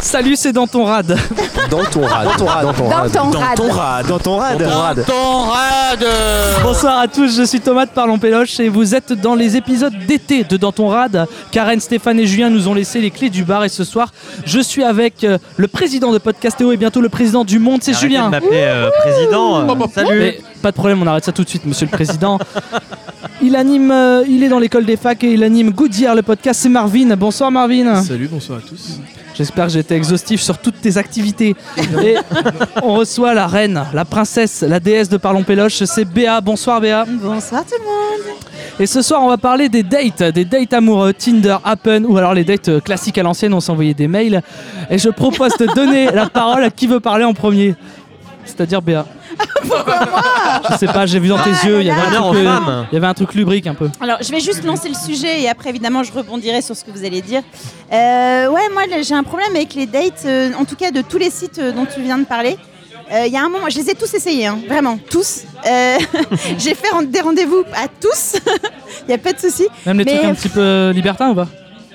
Salut, c'est dans ton rad. Dans ton rad. Dans ton rad. Dans ton Dans ton rad. rad. Dans ton rad. Ton rad Bonsoir à tous, je suis Thomas de Parlons Péloche et vous êtes dans les épisodes d'été de Dans ton rad. Karen, Stéphane et Julien nous ont laissé les clés du bar et ce soir, je suis avec euh, le président de Podcastéo et bientôt le président du monde, c'est Arrêtez Julien. de m'appeler euh, président. euh, salut. Mais pas de problème, on arrête ça tout de suite, monsieur le président. Il anime, euh, il est dans l'école des facs et il anime Goodyear, le podcast. C'est Marvin. Bonsoir Marvin. Salut, bonsoir à tous. J'espère que j'étais exhaustif sur toutes tes activités. Et on reçoit la reine, la princesse, la déesse de Parlons Péloche. C'est Béa. Bonsoir Béa. Bonsoir tout le monde. Et ce soir, on va parler des dates, des dates amoureux, Tinder, Happen ou alors les dates euh, classiques à l'ancienne. On s'envoyait des mails. Et je propose de donner la parole à qui veut parler en premier. C'est-à-dire Béa. Je sais pas, j'ai vu dans tes Ah yeux, il y là avait un là. truc, Honneur aux euh, femmes. il y avait un truc lubrique un peu. Alors, je vais juste lancer le sujet et après, évidemment, je rebondirai sur ce que vous allez dire. Euh, ouais, moi, là, j'ai un problème avec les dates, euh, en tout cas de tous les sites euh, dont tu viens de parler. Euh, Il y a un moment, je les ai tous essayés, hein, vraiment, tous. Euh, j'ai fait ren- des rendez-vous à tous, il n'y a pas de souci. Même les Mais- trucs un petit peu euh, libertins ou pas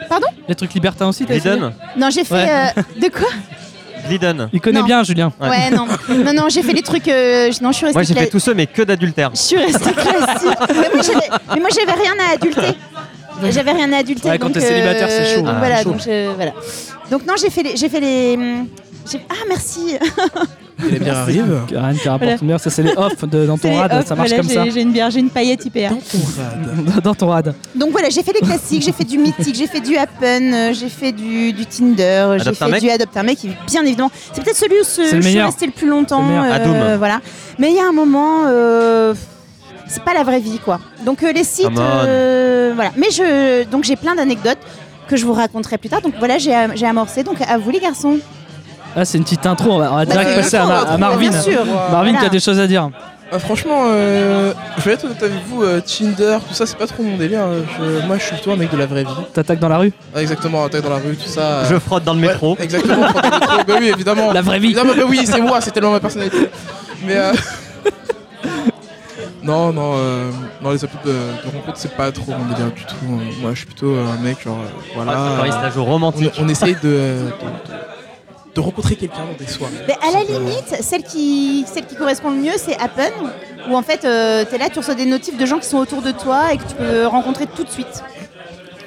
Pardon Les trucs libertins aussi, t'as essayé Glidden. Non, j'ai fait. Ouais. euh, de quoi Glidden. Il connaît Non. bien Julien. Ah. Ouais. ouais. non. Non, non, j'ai fait les trucs. euh, je- non, je suis restée. Moi j'ai cla- fait tout ça mais que d'adultère. Je suis restée classique. Mais moi, j'avais- mais moi, j'avais rien à adulter. J'avais rien à adulter. Ouais, quand donc, t'es célibataire, c'est chaud. hein, donc Ah, voilà, chaud. Donc, je- voilà. Donc, non, j'ai fait les. j'ai Fait les hum, j'ai- ah, merci! Les bières arrivent. Karen euh, qui rapporte Voilà. une bière, ça c'est les off de, dans C'est ton les rad, off, ça marche voilà, comme j'ai- ça. J'ai une bière, j'ai une paillette IPR. Dans ton rad. dans ton rad. Donc voilà, j'ai fait les classiques, j'ai fait du mythique, j'ai fait du Happen, euh, j'ai fait du, du Tinder, euh, j'ai Adopte un fait mec du Adopte un mec, qui, bien évidemment. C'est peut-être celui où ce- C'est le je suis meilleur. restée le plus longtemps. euh, C'est le meilleur. Adoum. voilà. Mais il y a un moment, euh, c'est pas la vraie vie, quoi. Donc euh, les sites, Come on. euh, voilà. Mais je, donc j'ai plein d'anecdotes que je vous raconterai plus tard. Donc voilà, j'ai j'ai amorcé. Donc à vous les garçons. Ah, c'est une petite intro, on va, on va Bah, direct c'est passer à, une Mar- intro, à bah, Marvin. bien sûr. Marvin Voilà. qui a des choses à dire. Bah, franchement, euh, je vais être honnête avec vous, euh, Tinder, tout ça, c'est pas trop mon délire. hein. Je- moi, je suis plutôt un mec de la vraie vie. T'attaques dans la rue Ah, exactement, attaque dans la rue, tout ça. euh, Je frotte dans le ouais, métro. exactement, prends ton métro. bah oui, évidemment. La vraie vie. Évidemment, bah oui, c'est moi, c'est tellement ma personnalité. Mais. euh, non, non, euh, non, les applis de, de rencontre, c'est pas trop mon délire du tout. Moi, je suis plutôt euh, un mec, genre, Ah, euh, voilà. un jour on, romantique. on essaye de, de, de rencontrer quelqu'un dans des soirées. Mais à la Simplement. limite, celle qui, celle qui correspond le mieux, c'est Happen, où en fait, euh, t'es là, tu reçois des notifs de gens qui sont autour de toi et que tu peux rencontrer tout de suite.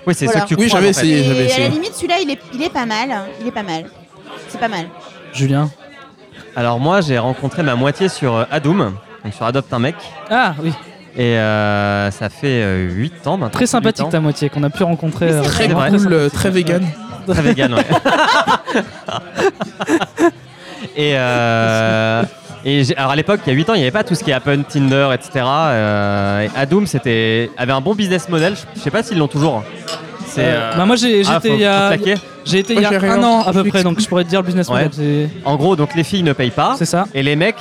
Oui, c'est Voilà. ce que tu Oui, crois, j'avais en fait. essayé. Et, j'avais à la essayé. limite, celui-là, il est, il est pas mal. Il est pas mal. C'est pas mal. Julien. Alors moi j'ai rencontré ma moitié sur euh, Adoum, donc sur Adopte un mec. Ah oui, Et euh, ça fait 8 ans maintenant. très sympathique Huit ta ans. moitié qu'on a pu rencontrer. euh, vrai. Très C'est vrai. cool, euh, très vegan. Très vegan, ouais. et euh, et j'ai- alors à l'époque, il y a 8 ans, il n'y avait pas tout ce qui est Apple, Tinder, etc. Euh, et Adoum c'était, avait un bon business model. Je- Je sais pas s'ils l'ont toujours. hein. C'est. euh, Bah, moi j'ai ah, faut- j'étais il y faut a, claquer. j'ai été il Moi, y a j'ai rien. un an à peu Je près, donc je pourrais te dire le business model. Ouais. c'est- En gros, donc les filles ne payent pas. C'est ça. Et les mecs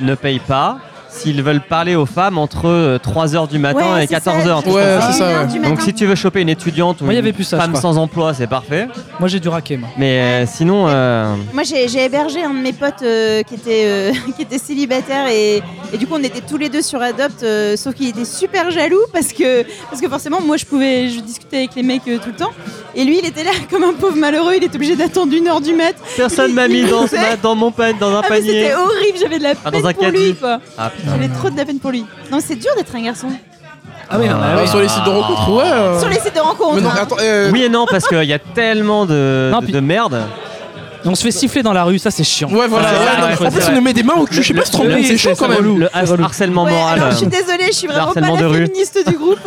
ne payent pas s'ils veulent parler aux femmes entre 3h du matin Ouais, et c'est ça, 14h. Ouais, c'est ça, Une heure ouais. du Donc matin. si tu veux choper une étudiante ou Moi, il y une avait plus ça, je femme crois. sans emploi, c'est parfait. Moi j'ai du raquet, moi. Mais euh, sinon, euh, Moi, j'ai j'ai hébergé un de mes potes euh, qui, était, euh, qui était célibataire et, et du coup, on était tous les deux sur Adopt, euh, sauf qu'il était super jaloux parce que, parce que forcément, moi, je pouvais je discutais avec les mecs euh, tout le temps. Et lui, il était là comme un pauvre malheureux, il était obligé d'attendre une heure du mat. personne m'a mis dans, ma- dans mon pan- dans un Ah, mais panier. c'était horrible, j'avais de la Ah, peine dans un pour caddie. lui, quoi. Ah, putain. J'avais trop de la peine pour lui. Non, c'est dur d'être un garçon. Ah oui, non, mais Ah, Ah, oui. sur les sites de rencontres, ouais. euh. Sur les sites de rencontre. Mais non, hein. attends, euh, Oui et non, parce qu'il y a tellement de, Non, de- puis- de merde. On se fait siffler dans la rue, ça c'est chiant. Ouais, voilà. Ah, ouais, ouais, non, ouais, en c'est fait, vrai. on nous met des mains au cul, je sais pas trop, le- mais c'est chaud c'est quand même. relou. Le Ah, C'est relou. harcèlement Ouais, moral. alors, je suis désolée, je suis vraiment pas harcèlement la de rue. féministe du groupe.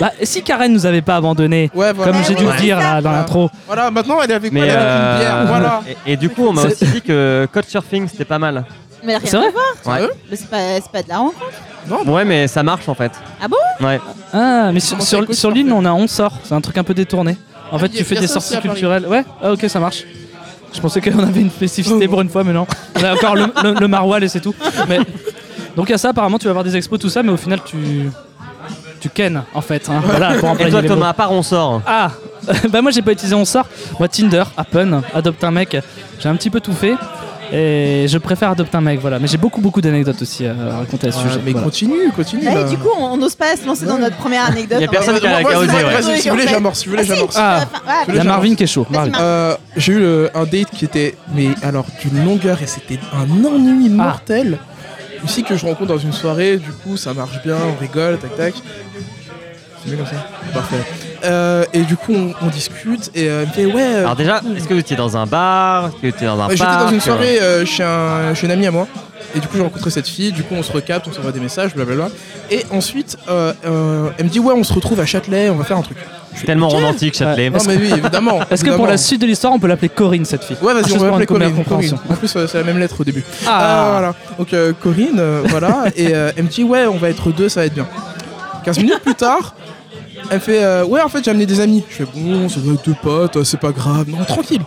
Bah, si Karen nous avait pas abandonné, Ouais, voilà. comme j'ai dû Ouais. le dire là, dans Ouais. l'intro, Voilà, maintenant elle est avec moi, Mais elle est avec euh, une bière, voilà. et, et du coup, on m'a aussi dit que coach surfing c'était pas mal. Mais c'est rien. vrai Ouais. Mais C'est pas, c'est pas de la rencontre. ouais, mais ça marche en fait. Ah bon Ouais. Ah, mais sur, Comment ça sur- écoute, sur en l'île, fait on a on sort. C'est un truc un peu détourné. En fait, il y tu a- fais il y a des ça sorties aussi à Paris. culturelles. Ouais, ah, ok, ça marche. Je pensais qu'on avait une festivité pour une fois, mais non. On a encore le, le, le maroilles et c'est tout. Mais, donc, à ça, apparemment, tu vas avoir des expos, tout ça, mais au final, tu. Tu ken, en fait. hein. Voilà, pour Et employer toi, les Thomas, mots. à part on sort. Ah Bah, moi, j'ai pas utilisé On sort. Moi, Tinder, Happen, Adopte un mec. J'ai un petit peu tout fait. Et je préfère adopter un mec, voilà. Mais j'ai beaucoup, beaucoup d'anecdotes aussi euh, à à raconter à ce Ouais, sujet. mais voilà. continue, continue. Ouais, là. Bah, du coup, on on n'ose pas se lancer dans notre première anecdote. Il y a en personne fait. qui a- Moi, qui a c'est- osé, ouais. vas-y, si vous voulez, j'amorce. Si vous voulez, Ah, si, j'amorce. Ah. enfin, voilà, Il y a Marvin qui est chaud. Vas-y, Marvin. Marvin. Euh, j'ai eu le- un date qui était, mais alors d'une longueur et c'était un Ah. ennui mortel. Une fille que je rencontre dans une soirée, du coup ça marche bien, on rigole, tac tac. C'est mieux comme ça Parfait. Euh, et du coup on, on discute et euh, elle me fait ouais. euh, Alors déjà, est-ce que vous étiez dans un bar Est-ce que vous étiez dans un ouais, Bah, J'étais parc dans une soirée euh, chez, un, chez une amie à moi. Et du coup j'ai rencontré cette fille, du coup on se recapte, on s'envoie des messages, blablabla. Et ensuite euh, euh, elle me dit ouais on se retrouve à Châtelet, on va faire un truc. euh, Tellement romantique, Châtelet. Non mais oui évidemment. Est-ce que pour la évidemment. suite de l'histoire, on peut l'appeler Corinne cette fille Ouais, vas-y, Juste on va pour appeler une première Corinne. Corinne. compréhension. En plus, euh, c'est la même lettre au début. Ah, Ah, voilà. Donc euh, Corinne, euh, voilà, et euh, elle me dit ouais, on va être deux, ça va être bien. 15 minutes plus tard, elle fait euh, ouais, en fait j'ai amené des amis. Je fais bon, ça doit être deux potes, euh, c'est pas grave, non tranquille.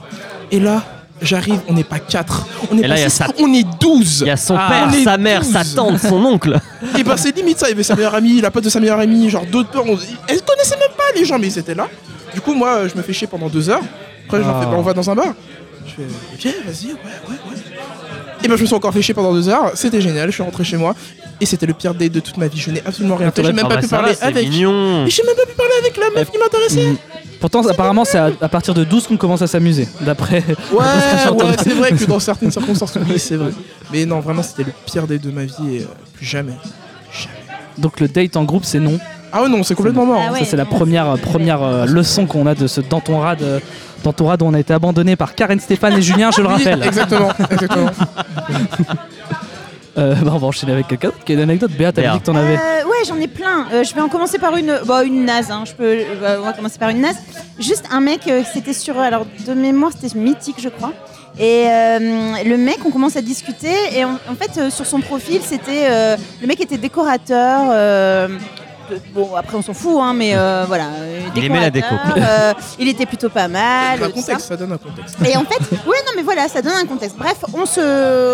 Et là, j'arrive, on n'est pas quatre, on Et est là, pas il y a six, ça. on est 12 Il y a son Ah, père, on est sa mère, sa 12. tante, son oncle. Et bah c'est limite ça, il y avait sa meilleure amie, la pote de sa meilleure amie, genre d'autres peurs, on... elle connaissait même pas les gens, mais ils étaient là. Du coup moi je me fais chier pendant deux heures, après je leur fais Ah. bah, on va dans un bar. Je fais ok vas-y ouais ouais ouais. Et bah je me suis encore fait chier pendant deux heures, c'était génial, je suis rentré chez moi, et c'était le pire date de toute ma vie, je n'ai absolument rien fait, j'ai même Ah pas bah, pu ça va, parler c'est avec. mignon. J'ai même pas pu parler avec la meuf qui m'intéressait. Mm. Pourtant, apparemment, c'est à, à partir de 12 qu'on commence à s'amuser, d'après. Ouais, ouais, c'est vrai que dans certaines circonstances, oui, c'est vrai. Mais non, vraiment, c'était le pire date de ma vie et euh, plus jamais. Donc le date en groupe, c'est non. Ah ouais, non, c'est complètement mort. Ah ouais. Ça, c'est la non, première, c'est- première euh, leçon qu'on a de ce Danton Rad. euh, Danton Rad, où on a été abandonné par Karen Stéphane et Julien, Ah je le Oui, rappelle. exactement, exactement. Euh, bah, on va enchaîner avec quelqu'un d'autre qui a une anecdote. Béa, t'as Béa. dit que t'en avais. Euh, ouais, j'en ai plein. Euh, je vais en commencer par une, bah, une naze. hein. Je peux, bah, on va commencer par une naze. Juste un mec, euh, c'était sur, alors de mémoire, c'était mythique, je crois. Et euh, le mec, on commence à discuter. Et on- en fait, euh, sur son profil, c'était euh, le mec était décorateur. euh, de- bon, après, on s'en fout, hein, mais euh, voilà. euh, Il aimait la déco. décorateur, euh, il était plutôt pas mal. Ça donne un tout ça. contexte, ça donne un contexte. Et en fait, ouais, non, mais voilà, ça donne un contexte. Bref, on se,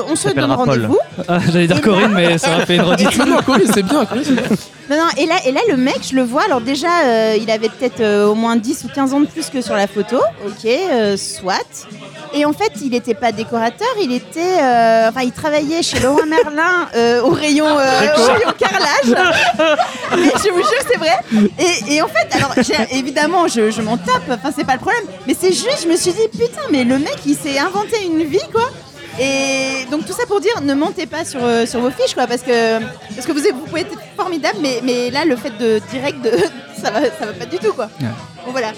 on se donne s'appellera Paul. rendez-vous. Ah, J'allais dire Corinne, mais ça aurait fait une redite. Non, non, Corinne, c'est bien, Corinne, c'est bien. Non, non, et là, et là, le mec, je le vois. Alors, déjà, euh, il avait peut-être euh, au moins 10 ou 15 ans de plus que sur la photo. Ok, euh, soit. Et en fait, il n'était pas décorateur, il était. euh, enfin, il travaillait chez Leroy Merlin euh, au, rayon, euh, au rayon carrelage. Mais je vous jure, c'est vrai. Et, et en fait, alors, j'ai- évidemment, je, je m'en tape. Enfin, c'est pas le problème. Mais c'est juste, je me suis dit, putain, mais le mec, il s'est inventé une vie, quoi. Et donc tout ça pour dire, ne mentez pas sur, euh, sur vos fiches, quoi, parce que, parce que vous, êtes- vous pouvez être formidable, mais, mais là, le fait de direct, de, ça, va, ça va pas du tout, quoi. Ouais. Bon, voilà.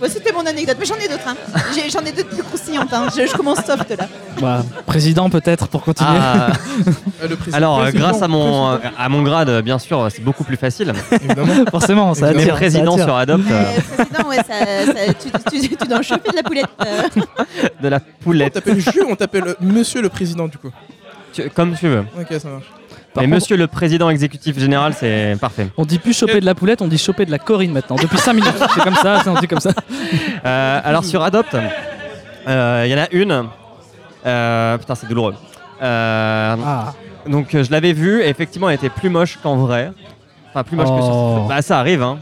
Bon, C'était mon anecdote, mais j'en ai d'autres. hein. J'ai- J'en ai d'autres plus croustillantes. hein. Je, je commence soft là. Bah, président, peut-être, pour continuer. Ah, Euh, le président, alors, euh, le grâce président, à mon, euh, à mon grade, euh, bien sûr, c'est beaucoup plus facile. Évidemment. Forcément, ça Les attire. ça présidents attire. sur Adopt euh, Euh, président, ouais, ça, ça- tu, tu, tu dois en choper de la poulette. euh. Ah, de la On poulette. t'appelle Jules, on t'appelle euh, Monsieur le Président, du coup. Tu- comme tu veux. Ok, ça marche. Par Mais contre, monsieur le président exécutif général, c'est parfait. On dit plus choper de la poulette, on dit choper de la Corinne maintenant. Depuis 5 minutes, c'est comme ça, c'est un truc comme ça. Euh, alors sur Adopt, euh, il y en a une. Euh, putain, c'est douloureux. Euh, Ah, donc euh, je l'avais vue et effectivement elle était plus moche qu'en vrai. Enfin plus moche que sur Oh. Bah ça arrive hein.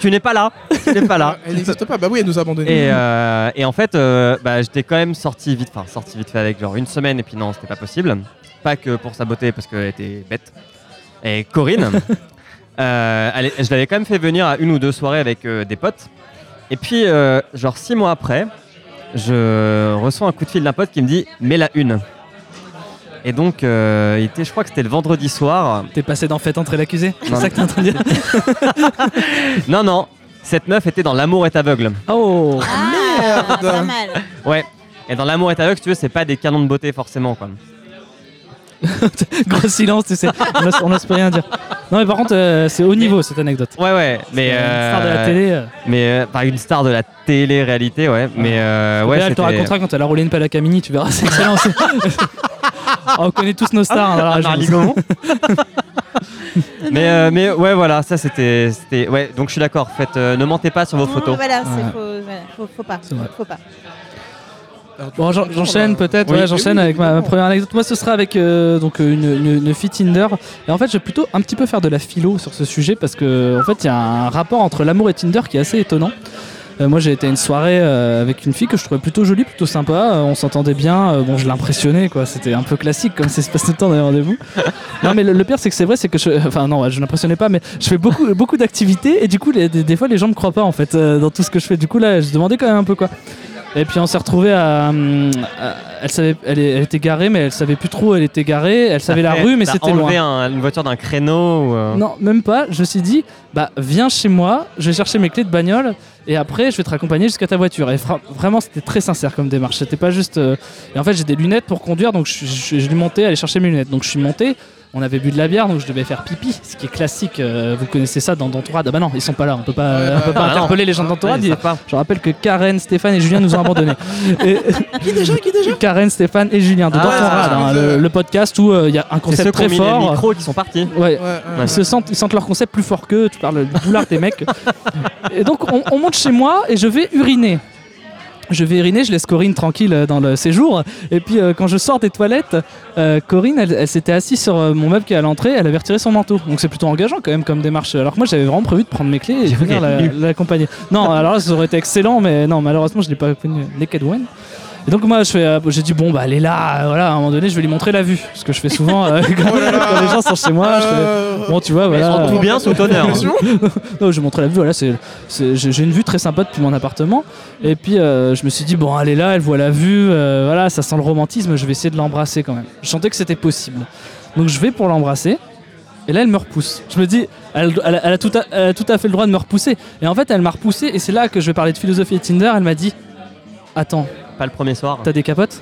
tu n'es pas là. Tu n'es pas là. Elle n'existe pas, bah oui, elle nous a abandonnés. Ah. Et, euh, et en fait, euh, bah, j'étais quand même sorti vite, enfin sorti vite fait avec genre une semaine et puis non, c'était pas possible. Pas que pour sa beauté parce qu'elle était bête. Et Corinne, euh, elle est- je l'avais quand même fait venir à une ou deux soirées avec euh, des potes. Et puis, euh, genre six mois après, je reçois un coup de fil d'un pote qui me dit mets la une. Et donc, euh, il était, je crois que c'était le vendredi soir. t'es passé d'en fait entrer l'accusé C'est Non. ça que t'es en train de dire Non, non, cette meuf était dans L'amour est aveugle. Oh Ah, pas mal. Ouais. Et dans L'amour est aveugle, si tu veux, c'est pas des canons de beauté forcément, quoi. Gros silence, tu sais. On n'ose- On n'ose plus rien dire. Non, mais par contre, euh, c'est haut niveau cette anecdote. Ouais, ouais, mais. Une euh, star de la télé. euh, Mais euh, par une star de la télé-réalité, ouais. Mais euh, ouais, D'ailleurs, elle te c'était- racontera quand elle a roulé une pelle à Camini, tu verras, c'est excellent. aussi. Ah, on connaît tous nos stars. hein, dans la Ah, région. Marly Gaumont. mais, euh, mais ouais, voilà, ça c'était. c'était- Ouais, donc je suis d'accord. Faites, euh, ne mentez pas sur vos Non, photos. Voilà, c'est Ouais. faut, voilà, faut, faut pas. C'est vrai. Faut pas. Alors, du Bon, coup, j'en- j'enchaîne voilà. peut-être. Oui, ouais, oui, j'enchaîne oui, avec ma, ma évidemment. première anecdote. Moi, ce sera avec euh, donc euh, une, une, une fille Tinder. Et en fait, je vais plutôt un petit peu faire de la philo sur ce sujet parce que en fait, il y a un rapport entre l'amour et Tinder qui est assez étonnant. Euh, moi, j'ai été à une soirée euh, avec une fille que je trouvais plutôt jolie, plutôt sympa. euh, on s'entendait bien. euh, bon, je l'impressionnais, quoi. C'était un peu classique comme c'est espace de temps dans les rendez-vous. non, mais le, le pire, c'est que c'est vrai, c'est que je. Enfin, non, je l'impressionnais pas, mais je fais beaucoup, beaucoup d'activités et du coup, les- des, des fois, les gens me croient pas en fait euh, dans tout ce que je fais. Du coup, là, je demandais quand même un peu quoi. Et puis on s'est retrouvé à, hum, à- elle savait, elle, est- elle était garée, mais elle savait plus trop où elle était garée. Elle savait la T'as fait- rue, mais t'as c'était loin. enlevé un- une voiture d'un créneau ou, euh, Non, même pas. Je me suis dit, bah viens chez moi, je vais chercher mes clés de bagnole et après je vais te raccompagner jusqu'à ta voiture. Et fra- vraiment, c'était très sincère comme démarche. C'était pas juste. euh, Et en fait, j'ai des lunettes pour conduire, donc je, je, je lui montais, aller chercher mes lunettes. Donc je suis monté. On avait bu de la bière, donc je devais faire pipi, ce qui est classique. euh, vous connaissez ça dans Dantourade. Ah bah non, ils sont pas là. On peut pas, Ouais, on peut ouais, pas ouais. bah interpeller les gens de ouais, Dantourade. ils Ils- savent pas. je rappelle que Karen, Stéphane et Julien nous ont abandonnés. Et- Qui déjà Qui déjà Karen, Stéphane et Julien de Ah Dans ouais, ton ça, rad, je hein, me le, disais. le podcast où euh, il y a un C'est ceux concept qui ont très mis les fort. micros qui sont partis. Ouais. Ouais, ouais. Ils se sentent, ils sentent leur concept plus fort qu'eux. Tu parles du boulard des mecs. Et donc on, on monte chez moi et je vais uriner. Je vais uriner, je laisse Corinne tranquille euh, dans le séjour. Et puis euh, quand je sors des toilettes, euh, Corinne, elle, elle s'était assise sur euh, mon meuble qui est à l'entrée, elle avait retiré son manteau. Donc c'est plutôt engageant quand même comme démarche. Alors que moi j'avais vraiment prévu de prendre mes clés et de venir la- l'accompagner. Non, alors là ça aurait été excellent, mais non, malheureusement je l'ai pas connu. Naked One. Et donc moi je fais, euh, j'ai dit bon bah elle est là, euh, voilà, à un moment donné je vais lui montrer la vue. Ce que je fais souvent euh, quand, Oh là là. quand les gens sont chez moi. je fais, Euh, Bon, tu vois, Ils voilà. sont tout bien sous hein. l'honneur. attention. Non, je vais montrer la vue. Voilà, c'est, c'est- j'ai j'ai une vue très sympa depuis mon appartement. Et puis, euh, je me suis dit, bon, elle est là, elle voit la vue. euh, voilà, ça sent le romantisme. Je vais essayer de l'embrasser quand même. Je sentais que c'était possible. Donc, je vais pour l'embrasser. Et là, elle me repousse. Je me dis, elle, elle- elle a tout à, elle a tout à fait le droit de me repousser. Et en fait, elle m'a repoussé. Et c'est là que je vais parler de philosophie et Tinder. Elle m'a dit, attends, Pas le premier soir. t'as des capotes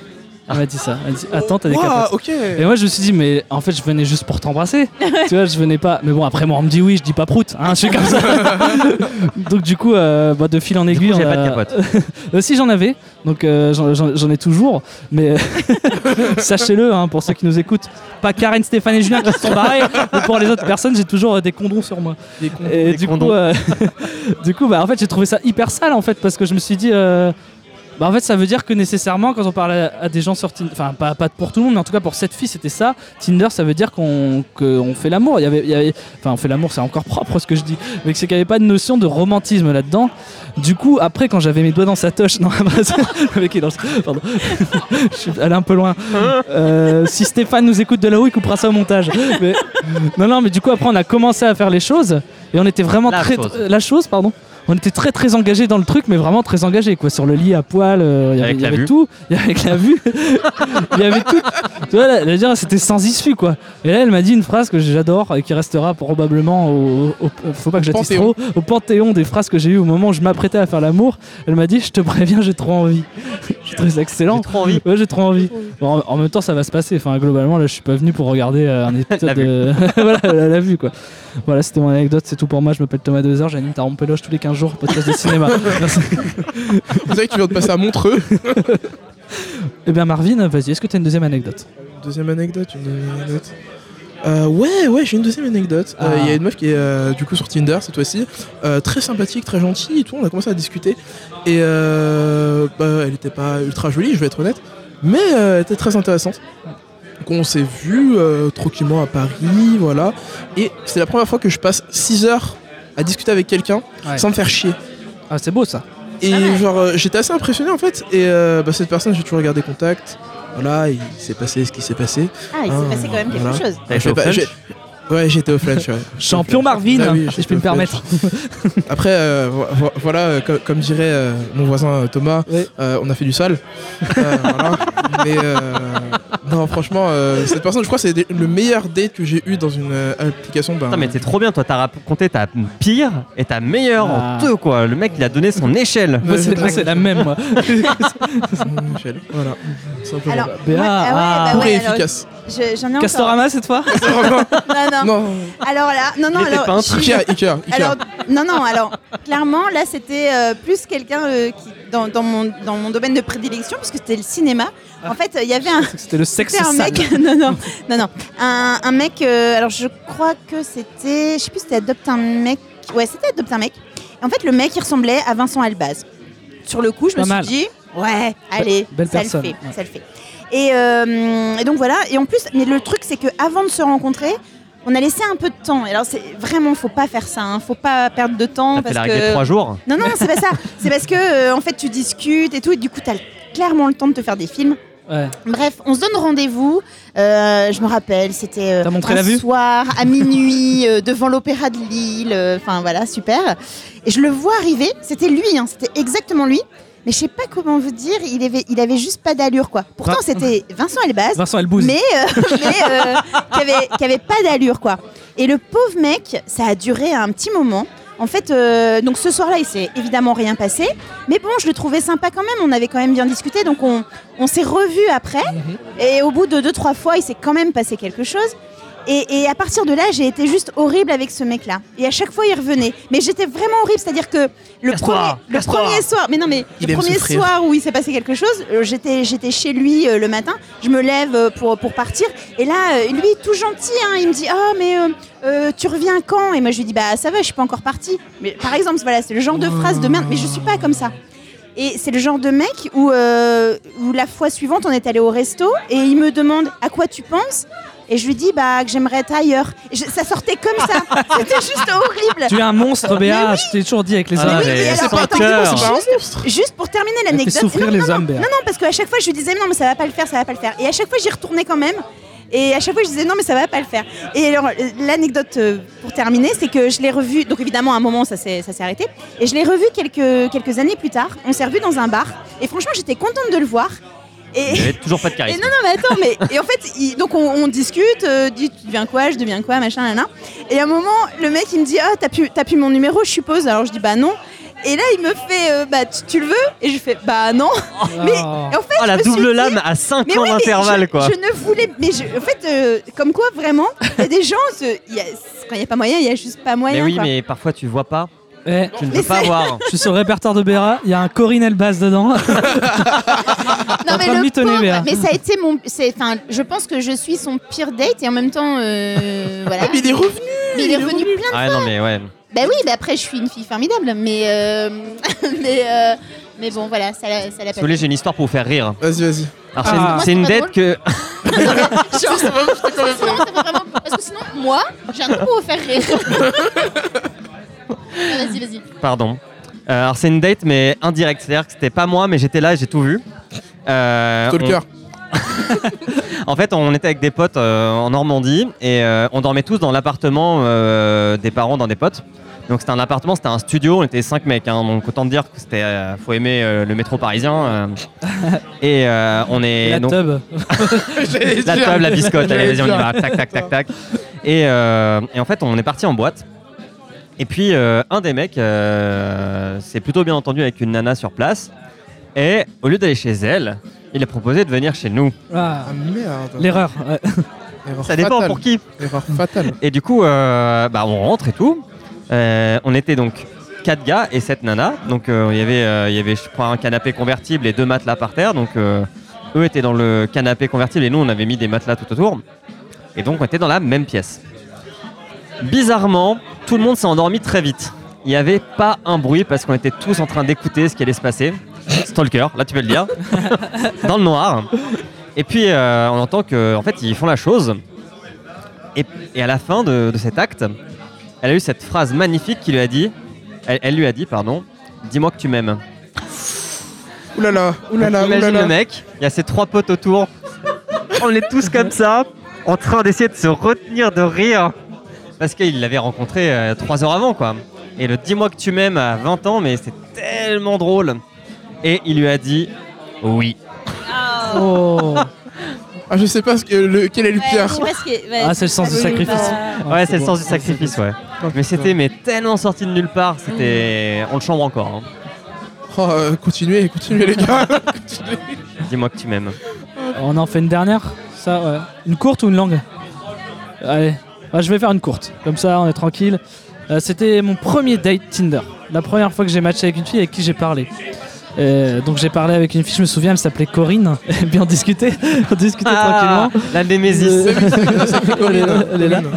Elle m'a dit ça. Elle dit, attends, t'as des Ouah, capotes. ok. Et moi je me suis dit mais en fait je venais juste pour t'embrasser. tu vois je venais pas. Mais bon après moi on me dit oui je dis pas prout. Hein, je suis comme ça. donc du coup euh, bah, de fil en Du coup, aiguille. j'avais on pas de a- capote. Euh, si j'en avais. Donc euh, j'en- j'en j'en ai toujours. Mais sachez-le hein, pour ceux qui nous écoutent. Pas Karen, Stéphane et Julien qui se sont barrés. mais pour les autres personnes j'ai toujours euh, des condons sur moi. Des cons. Et Des du condons. coup, euh, du coup, bah, en fait, j'ai trouvé ça hyper sale en fait parce que je me suis dit, euh, bah, en fait, ça veut dire que nécessairement, quand on parle à, à des gens sur Tinder, enfin, pas, pas pour tout le monde, mais en tout cas pour cette fille, c'était ça. Tinder, ça veut dire qu'on qu'on fait l'amour. Il y avait, il y avait- enfin, on fait l'amour, c'est encore propre ce que je dis, mais c'est qu'il n'y avait pas de notion de romantisme là-dedans. Du coup, après, quand j'avais mes doigts dans sa toche, non, bah, c'est- le mec est dans le- pardon, je suis allé un peu loin. Euh, si Stéphane nous écoute de là-haut, il coupera ça au montage. Mais- non, non, mais du coup, après, on a commencé à faire les choses et on était vraiment La très. chose. euh, La chose, pardon. On était très très engagés dans le truc, mais vraiment très engagés quoi. Sur le lit à poil, euh, il y avait, Avec il y la avait vue. tout, il y avait que la vue, il y avait tout. Tu vois, là, là, dire, c'était sans issue quoi. Et là, elle m'a dit une phrase que j'adore et qui restera probablement au. au- au- faut pas que j'attisse Panthéon. trop. Au panthéon des phrases que j'ai eues au moment où je m'apprêtais à faire l'amour. Elle m'a dit Je te préviens, j'ai trop envie. je trouve ça excellent. J'ai trop envie. Ouais, j'ai trop envie. Bon, en, en même temps, ça va se passer. Enfin, globalement, là, je suis pas venu pour regarder euh, un épisode La vue. de. voilà, la, la vue, quoi. Voilà, c'était mon anecdote. C'est tout pour moi. Je m'appelle Thomas Dezer. J'anime Taron Peloche tous les 15 jours, podcast de cinéma. Merci. Vous savez que tu viens de passer à Montreux. Eh bien, Marvin, vas-y, est-ce que t'as une deuxième anecdote Une Deuxième anecdote, une deuxième anecdote. Euh, ouais, ouais, j'ai une deuxième anecdote. Euh, Il y a une meuf qui est euh, du coup sur Tinder cette fois-ci, Euh, très sympathique, très gentille et tout. On a commencé à discuter et euh, bah, elle était pas ultra jolie, je vais être honnête, mais euh, elle était très intéressante. Donc on s'est vu euh, tranquillement à Paris, voilà. Et c'est la première fois que je passe 6 heures à discuter avec quelqu'un Ouais. sans me faire chier. Ah, c'est beau ça. Et Ah ouais. genre, euh, j'étais assez impressionné en fait. Et euh, bah, cette personne, j'ai toujours gardé contact. Voilà, il s'est passé ce qui s'est passé. Ah, il s'est Ah, passé quand même quelque voilà. chose. T'as été Je au sais pas, French j'ai- Ouais, j'étais au French, ouais. Champion Marvin, Ah oui, si je peux j'étais me au permettre. Après, euh, vo- vo- voilà, euh, co- comme dirait euh, mon voisin euh, Thomas, Ouais. euh, on a fait du sale. Euh, voilà. Mais euh, non, franchement, euh, cette personne, je crois, que c'est des- le meilleur date que j'ai eu dans une euh, application. Ben, Putain, mais t'es trop bien, toi, t'as raconté ta pire et ta meilleure Ah. en deux, quoi. Le mec, il a donné son échelle. Moi, c'est moi, c'est la même, moi. Michel, voilà. Simplement. Alors, Béa, moi- ah ouais, ah. bah Court ouais, et Ah alors, efficace. je- J'en ai encore. Castorama cette fois Non, non. Non, Alors là, non, non, ah, Il était alors. peintre. je suis- Ikea, Ikea, Ikea. Alors, non, non, alors, clairement, là, c'était euh, plus quelqu'un euh, qui, dans, dans mon, dans mon domaine de prédilection, parce que c'était le cinéma. En fait, il y avait un, C'était le sexe c'était un sale. mec, non, non, non, non, un, un mec, euh, alors je crois que c'était, je sais plus, c'était Adopte un mec, ouais, c'était Adopte un mec. Et en fait, le mec, il ressemblait à Vincent Albaz. Sur le coup, je Pas me suis mal. dit, ouais, allez, belle ça personne, le fait, ouais. ça le fait. Et, euh, et donc voilà, et en plus, mais le truc, c'est que avant de se rencontrer, on a laissé un peu de temps. Et alors, c'est vraiment, faut pas faire ça. Hein. Faut pas perdre de Ah, temps T'as fait parce la que règle trois jours. non, non, c'est pas ça. C'est parce que, euh, en fait, tu discutes et tout, et du coup, t'as clairement le temps de te faire des films. Ouais. Bref, on se donne rendez-vous. Euh, je me rappelle, c'était euh, T'as montré un la vue soir à minuit euh, devant l'Opéra de Lille. euh, Enfin voilà, super. Et je le vois arriver. C'était lui, hein, c'était exactement lui. Mais je sais pas comment vous dire. Il avait, il avait juste pas d'allure, quoi. Pourtant, Vin- c'était Vincent Elbaz Vincent Elbouze. mais, euh, mais, euh, qui, avait, qui avait pas d'allure quoi. Et le pauvre mec, ça a duré un petit moment. En fait, euh, donc ce soir-là, il s'est évidemment rien passé, mais bon, je le trouvais sympa quand même. On avait quand même bien discuté, donc on, on s'est revus après. Mhm. Et au bout de deux trois fois, il s'est quand même passé quelque chose. Et, et à partir de là, j'ai été juste horrible avec ce mec-là. Et à chaque fois, il revenait. Mais j'étais vraiment horrible, c'est-à-dire que le Casse-toi, premier, le casse-toi. premier soir, mais non, mais Il le aime premier souffrir. soir où il s'est passé quelque chose, euh, j'étais j'étais chez lui euh, le matin. Je me lève euh, pour pour partir. Et là, euh, lui, tout gentil, hein, il me dit, ah mais euh, euh, tu reviens quand Et moi, je lui dis, bah ça va, je suis pas encore parti. Mais par exemple, voilà, c'est le genre de phrase de merde. Mais je suis pas comme ça. Et c'est le genre de mec où, euh, où la fois suivante, on est allé au resto et il me demande à quoi tu penses et je lui dis bah que j'aimerais être ailleurs. Et je- ça sortait comme ça. C'était juste horrible. Tu es un monstre, Béa, je t'ai toujours dit avec les Ah, hommes. mais- Elle c'est alors, pas attends, clair. juste- C'est pas un Juste pour terminer fait l'anecdote. souffrir non, les non, hommes, Béa. non, non, parce qu'à chaque fois, je lui disais, non, mais ça va pas le faire, ça va pas le faire. Et à chaque fois, j'y retournais quand même. Et à chaque fois, je disais, non, mais ça va pas le faire. Et alors, euh, l'anecdote euh, pour terminer, c'est que je l'ai revu. Donc, évidemment, à un moment, ça s'est ça s'est arrêté. Et je l'ai revu quelques, quelques années plus tard. On s'est revu dans un bar. Et franchement, j'étais contente de le voir. Il Et, avait toujours pas de et charisme. non, non, mais attends, mais et en fait, il- donc on, on discute, euh, dit tu deviens quoi, je deviens quoi, machin, là, Et à un moment, le mec, il me dit, ah, t'as pu, t'as pu mon numéro, je suppose. Alors je dis, bah non. Et là, il me fait, euh, bah tu, tu le veux Et je fais, bah non. Mais et en fait, Oh, la je me suis double dit, lame à 5 mais ans oui, mais d'intervalle, je, quoi. je ne voulais, mais je- en fait, euh, comme quoi, vraiment, il y a des gens, ce- il y a- quand il n'y a pas moyen, il n'y a juste pas moyen. Mais oui, quoi. mais parfois tu vois pas, Eh, tu ne Mais peux pas c'est- voir. je suis sur le répertoire de Béa, il y a un Corinne Elbaz dedans. Non, en train de mitonner, pauvre- euh, Léa. mais ça a été mon. c'est- Enfin, je pense que je suis son pire date et en même temps, euh, voilà. Mais il est revenu Mais il est revenu plein. Ah non, mais ouais. Bah oui, bah après, je suis une fille formidable, mais euh, mais euh, mais bon, voilà, ça l'a ça l'a Si pas. vous voulez, j'ai une histoire pour vous faire rire. Vas-y, vas-y. Alors, c'est Ah. une- c'est une, Moi, c'est pas dette que. Sinon, ça fait vraiment- Parce que sinon, moi, j'ai un truc pour vous faire rire. Ah, vas-y, vas-y. Pardon. Euh, alors, c'est une date, mais indirecte. C'est-à-dire que c'était pas moi, mais j'étais là et j'ai tout vu. Euh, on- Stalker. En fait, on était avec des potes euh, en Normandie et euh, on dormait tous dans l'appartement euh, des parents d'un des potes. Donc c'était un appartement, c'était un studio, on était cinq mecs, hein, donc autant te dire que c'était, euh, faut aimer euh, le métro parisien. euh. et euh, on est la donc- tub. J'allais la dire. table, la biscotte, allez J'allais vas-y on y dire. va, tac tac tac tac. Et, euh, et en fait, on est parti en boîte. Et puis euh, un des mecs euh, s'est plutôt bien entendu avec une nana sur place. Et au lieu d'aller chez elle, il a proposé de venir chez nous. Ah, Ah merde. L'erreur. ouais. Erreur Ça dépend fatale. pour qui. Erreur fatale. Et du coup, euh, bah, on rentre et tout. Euh, on était donc quatre gars et sept nanas. Donc euh, il y avait, euh, il y avait, je crois, un canapé convertible et deux matelas par terre. Donc euh, eux étaient dans le canapé convertible et nous on avait mis des matelas tout autour. Et donc on était dans la même pièce. Bizarrement, tout le monde s'est endormi très vite. Il n'y avait pas un bruit parce qu'on était tous en train d'écouter ce qui allait se passer. Stalker, là tu peux le dire. dans le noir. Et puis euh, on entend que en fait ils font la chose. Et, et à la fin de, de cet acte, elle a eu cette phrase magnifique qui lui a dit, elle, elle lui a dit, pardon, dis-moi que tu m'aimes. Ouh là là, ouh là là, ouh Imagine là le là. mec, il y a ses trois potes autour, on est tous comme ça, en train d'essayer de se retenir de rire, parce qu'il l'avait rencontré euh, trois heures avant, quoi. Et le dis-moi que tu m'aimes à 20 ans, mais c'est tellement drôle. Et il lui a dit, oui. Oh. Ah, je sais pas ce que, le, quel est le Ouais, pire. je sais pas ce qui est- ouais, Ah, c'est le sens du oui, sacrifice. bah, Ah, Ouais, c'est le sens du sacrifice, ouais. Oh, Mais c'était mais tellement sorti de nulle part, c'était, on le chambre encore. hein. Oh, euh, continuez, continuez les gars. Continuez. Dis-moi que tu m'aimes. Euh, On en fait une dernière Ça, ouais. Une courte ou une longue Allez, Ouais, je vais faire une courte. Comme ça, on est tranquille. Euh, C'était mon premier date Tinder. La première fois que j'ai matché avec une fille avec qui j'ai parlé. Euh, donc j'ai parlé avec une fille, je me souviens, elle s'appelait Corinne. Et Ah. puis on discutait, on discutait tranquillement. la Némésis. Euh, C'est Corinne. Elle est là. Corinne.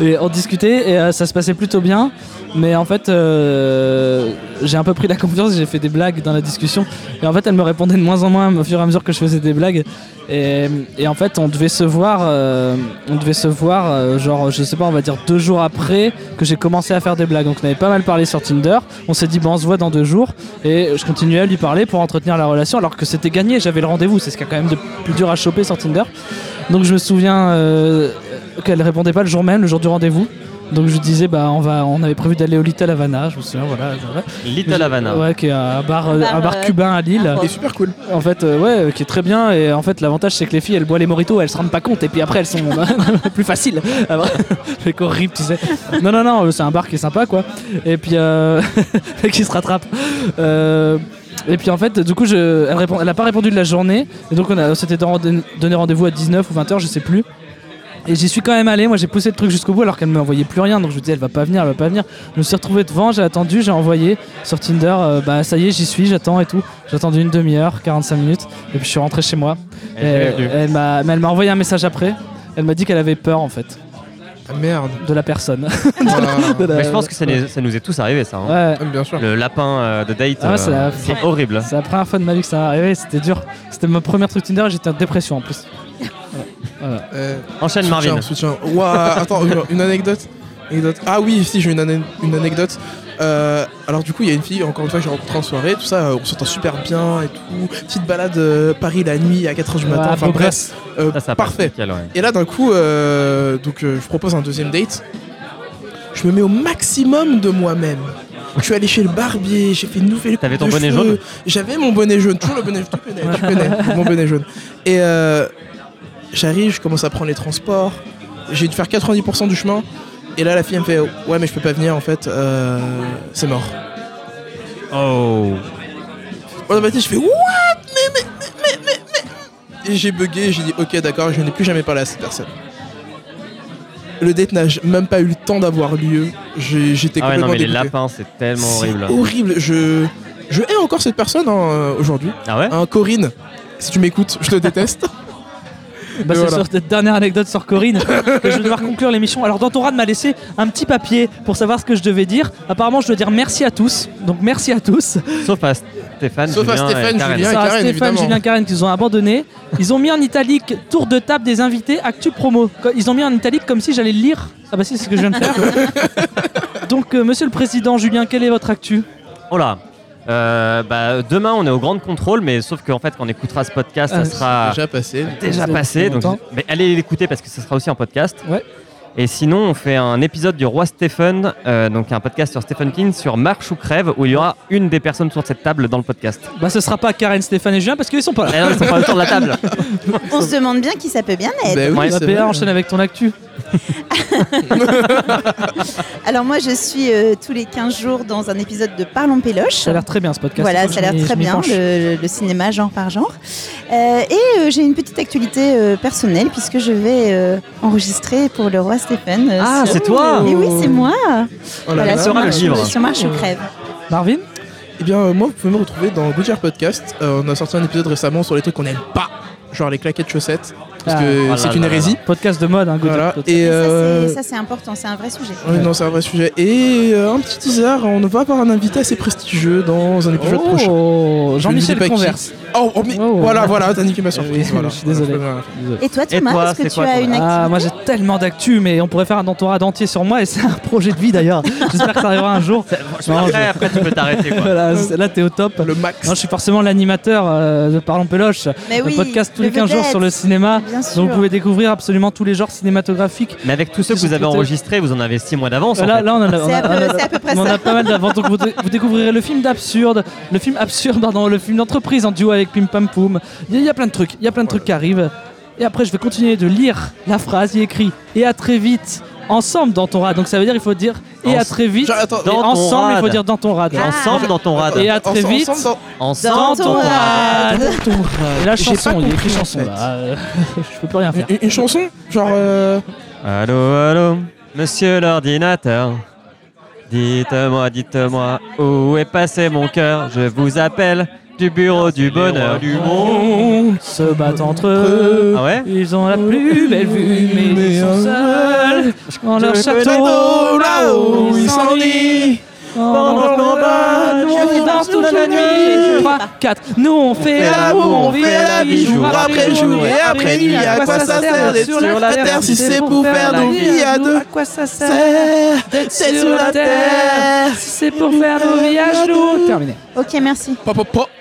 Et on discutait et euh, ça se passait plutôt bien. Mais en fait, euh, j'ai un peu pris la confiance, j'ai fait des blagues dans la discussion. Et en fait, elle me répondait de moins en moins au fur et à mesure que je faisais des blagues. Et, et en fait, on devait se voir, euh, on devait se voir, euh, genre, je sais pas, on va dire deux jours après que j'ai commencé à faire des blagues. Donc, on avait pas mal parlé sur Tinder. On s'est dit, bon, on se voit dans deux jours. Et je continuais à lui parler pour entretenir la relation, alors que c'était gagné. J'avais le rendez-vous. C'est ce qui a quand même de plus dur à choper sur Tinder. Donc, je me souviens euh, qu'elle répondait pas le jour même, le jour du rendez-vous. Donc je lui disais bah on va on avait prévu d'aller au Little Havana, je me souviens voilà. c'est vrai. Little Havana. Ouais, qui est un bar, euh, un Bar, bar euh, cubain à Lille. Il est super cool. En fait, euh, ouais, euh, qui est très bien. Et en fait, l'avantage, c'est que les filles, elles boivent les moritos, elles se rendent pas compte. Et puis après, elles sont plus faciles. Ah, vrai. Les corps rip, tu sais. Non, non, non, euh, c'est un bar qui est sympa, quoi. Et puis, euh, qui se rattrape. Euh, Et puis en fait, du coup, je, elle, répond, elle a pas répondu de la journée. Et donc, on, a, on s'était don- donné rendez-vous à 19 ou 20h, je sais plus. Et j'y suis quand même allé. Moi, j'ai poussé le truc jusqu'au bout alors qu'elle me envoyait plus rien. Donc, je me disais, elle va pas venir, elle va pas venir. Je me suis retrouvé devant, j'ai attendu, j'ai envoyé sur Tinder. euh, bah, ça y est, j'y suis, j'attends et tout. J'ai attendu une demi-heure, 45 minutes. Et puis, je suis rentré chez moi. Elle Et, est venue. elle m'a, mais elle m'a envoyé un message après. Elle m'a dit qu'elle avait peur en fait Ah merde. de la personne. Ah, De la- Mais je pense que ça, nous- ça nous est tous arrivé ça. hein. euh, Ouais. bien sûr. Le lapin euh, de date, Ah ouais, c'est la- c'est horrible. C'est la première fois de ma vie que ça m'est arrivé. C'était dur. C'était mon premier truc Tinder. et J'étais en dépression en plus. Euh, Enchaîne soutien, Marvin. soutien. Ouah, attends, une- une anecdote. Anecdote. Ah oui, si j'ai une, ane- une anecdote. Euh, alors du coup, il y a une fille, encore une fois, que j'ai rencontrée en soirée, tout ça, euh, on s'entend super bien et tout. Petite balade euh, Paris la nuit à 4h du matin, Ouais, enfin beau bref, gosse. euh, Ça, ça passe parfait. nickel, ouais. Et là, d'un coup, euh, donc, euh, je propose un deuxième date. Je me mets au maximum de moi-même. Je suis allé chez le barbier, j'ai fait une nouvelle. T'avais coupe ton de bonnet cheveux. jaune J'avais mon bonnet jaune, toujours le bonnet jaune. Tu connais, tu connais, mon bonnet jaune. Et euh, j'arrive, je commence à prendre les transports. J'ai dû faire 90% du chemin. Et là, la fille elle me fait Ouais, mais je peux pas venir en fait, euh, c'est mort. Oh. Automatique, je fais What Mais, mais, mais, mais, mais, mais. Et j'ai bugué, j'ai dit Ok, d'accord, je n'ai plus jamais parlé à cette personne. Le date n'a j- même pas eu le temps d'avoir lieu. J'ai- J'étais Ah ouais, non, complètement mais les dégoûté. lapins, c'est tellement C'est horrible. horrible. Je, je hais encore cette personne hein, euh, aujourd'hui. Ah ouais Hein, Corinne, si tu m'écoutes, je te déteste. Bah, Et c'est voilà. sur cette dernière anecdote sur Corinne que je vais devoir conclure l'émission. Alors, Dantorad m'a laissé un petit papier pour savoir ce que je devais dire. Apparemment, je dois dire merci à tous. Donc, merci à tous. Sauf à Stéphane. Sauf à Julien et Stéphane, Karen. Julien. Ça, Karen, Stéphane, évidemment. Julien, Karen, qu'ils ont abandonné. Ils ont mis en italique tour de table des invités, actu promo. Co- Ils ont mis en italique comme si j'allais le lire. Ah, bah, si, c'est ce que je viens de faire. Donc, euh, monsieur le président, Julien, quelle est votre actu Oh là Euh, bah, demain on est au Grand Contrôle, mais sauf qu'en fait quand on écoutera ce podcast, Ah, ça sera Déjà passé. déjà c'est passé. Donc, longtemps. mais allez l'écouter parce que ce sera aussi en podcast. Ouais. Et sinon, on fait un épisode du Roi Stephen, euh, donc un podcast sur Stephen King, sur Marche ou Crève, où il y aura une des personnes sur cette table dans le podcast. Bah, ce sera pas Karen, Stéphane et Julien parce qu'ils sont pas là. Ah non, ils sont pas autour de la table. On se demande bien qui ça peut bien être. Bah oui, Ouais, Bah, c'est PA, vrai. enchaîne avec ton actu. Alors moi, je suis euh, tous les 15 jours dans un épisode de Parlons Péloche. Ça a l'air très bien ce podcast. Voilà, Faut que ça a je m'y- l'air très je m'y bien, penche. le, le cinéma genre par genre. Euh, et euh, j'ai une petite actualité euh, personnelle puisque je vais euh, enregistrer pour le roi Stéphane. euh, Ah, sur- c'est toi Eh oui, c'est moi Oh là Voilà, là. sur sera le Marche- livre. sur Marche ou Crève. Marvin Eh bien, euh, moi, vous pouvez me retrouver dans Goodyear Podcast. Euh, on a sorti un épisode récemment sur les trucs qu'on aime pas, genre les claquettes chaussettes, parce Ah. que Oh là c'est là une là. hérésie. Podcast de mode, hein, good Voilà. podcast. Et Et ça, euh, c'est- Ça, c'est important, c'est un vrai sujet. ouais, non, c'est un vrai sujet. Et euh, un petit teaser, on va avoir un invité assez prestigieux dans un épisode prochain. Oh, Je Jean-Michel ne dis pas qui. Converse. Oh, oh, mais Oh. voilà, voilà, t'as niqué ma Oui, surprise. voilà. je suis désolé. Désolé. Et toi, Et Thomas, toi, est-ce que c'est tu quoi as ton- une Ah, activité moi j'ai tellement d'actu, mais on pourrait faire un entourage entier sur moi et c'est un projet de vie d'ailleurs. J'espère que ça arrivera un jour. Non, Après, après, tu peux t'arrêter. je- quoi. Voilà, c'est- là t'es au top. Le max. Non, je suis forcément l'animateur euh, de Parlons Péloche, Mais Eh oui, le podcast tous le les 15 jours vedette. sur le cinéma. Bien sûr. Donc vous pouvez découvrir absolument tous les genres cinématographiques. Mais avec tous ceux que vous avez enregistrés, vous en avez six mois d'avance. en Là, fait. là, on en a, on C'est a- à peu- on a- c'est à peu près on en a ça. pas mal d'avant. Donc vous, dé- vous découvrirez le film d'absurde, le film absurde, pardon, le film d'entreprise en duo avec Pim Pam Poum. Il y a- il y, a plein de trucs, il y a plein de trucs qui arrivent. Et après, je vais continuer de lire la phrase y écrit. Et à très vite, ensemble dans ton rad. Donc ça veut dire, il faut dire et à Ense- très vite. Genre, attends, et Dans ton ensemble, il faut rad. dire dans ton rad. Ah. Et Ensemble dans ton rad. Et à Ense- très vite. ensemble dans- Dans Ensemble ton rad. rad. Et la J'ai chanson, pas il y a écrit compris, en chanson fait. là. Euh, je peux plus rien faire. Une, une chanson Genre. euh, Allô, allô, monsieur l'ordinateur. Dites-moi, dites-moi, où est passé mon cœur Je vous appelle du bureau du bonheur du monde. hein. monde se battent entre eux. Ah ouais Ils ont la plus belle vue, mais ils sont seuls. Dans leur Je château, connais là-haut, ils s'enlisent. Dans leur combat, nous on danse toute la nuit. 3, 4. Nous on fait l'amour, on fait la vie jour après jour et après nuit. À quoi ça sert d'être sur la terre si c'est pour faire nos vies à deux À quoi ça sert d'être sur la terre si c'est pour faire nos vies à genoux Terminé. Ok, merci. Pop, pop, pop.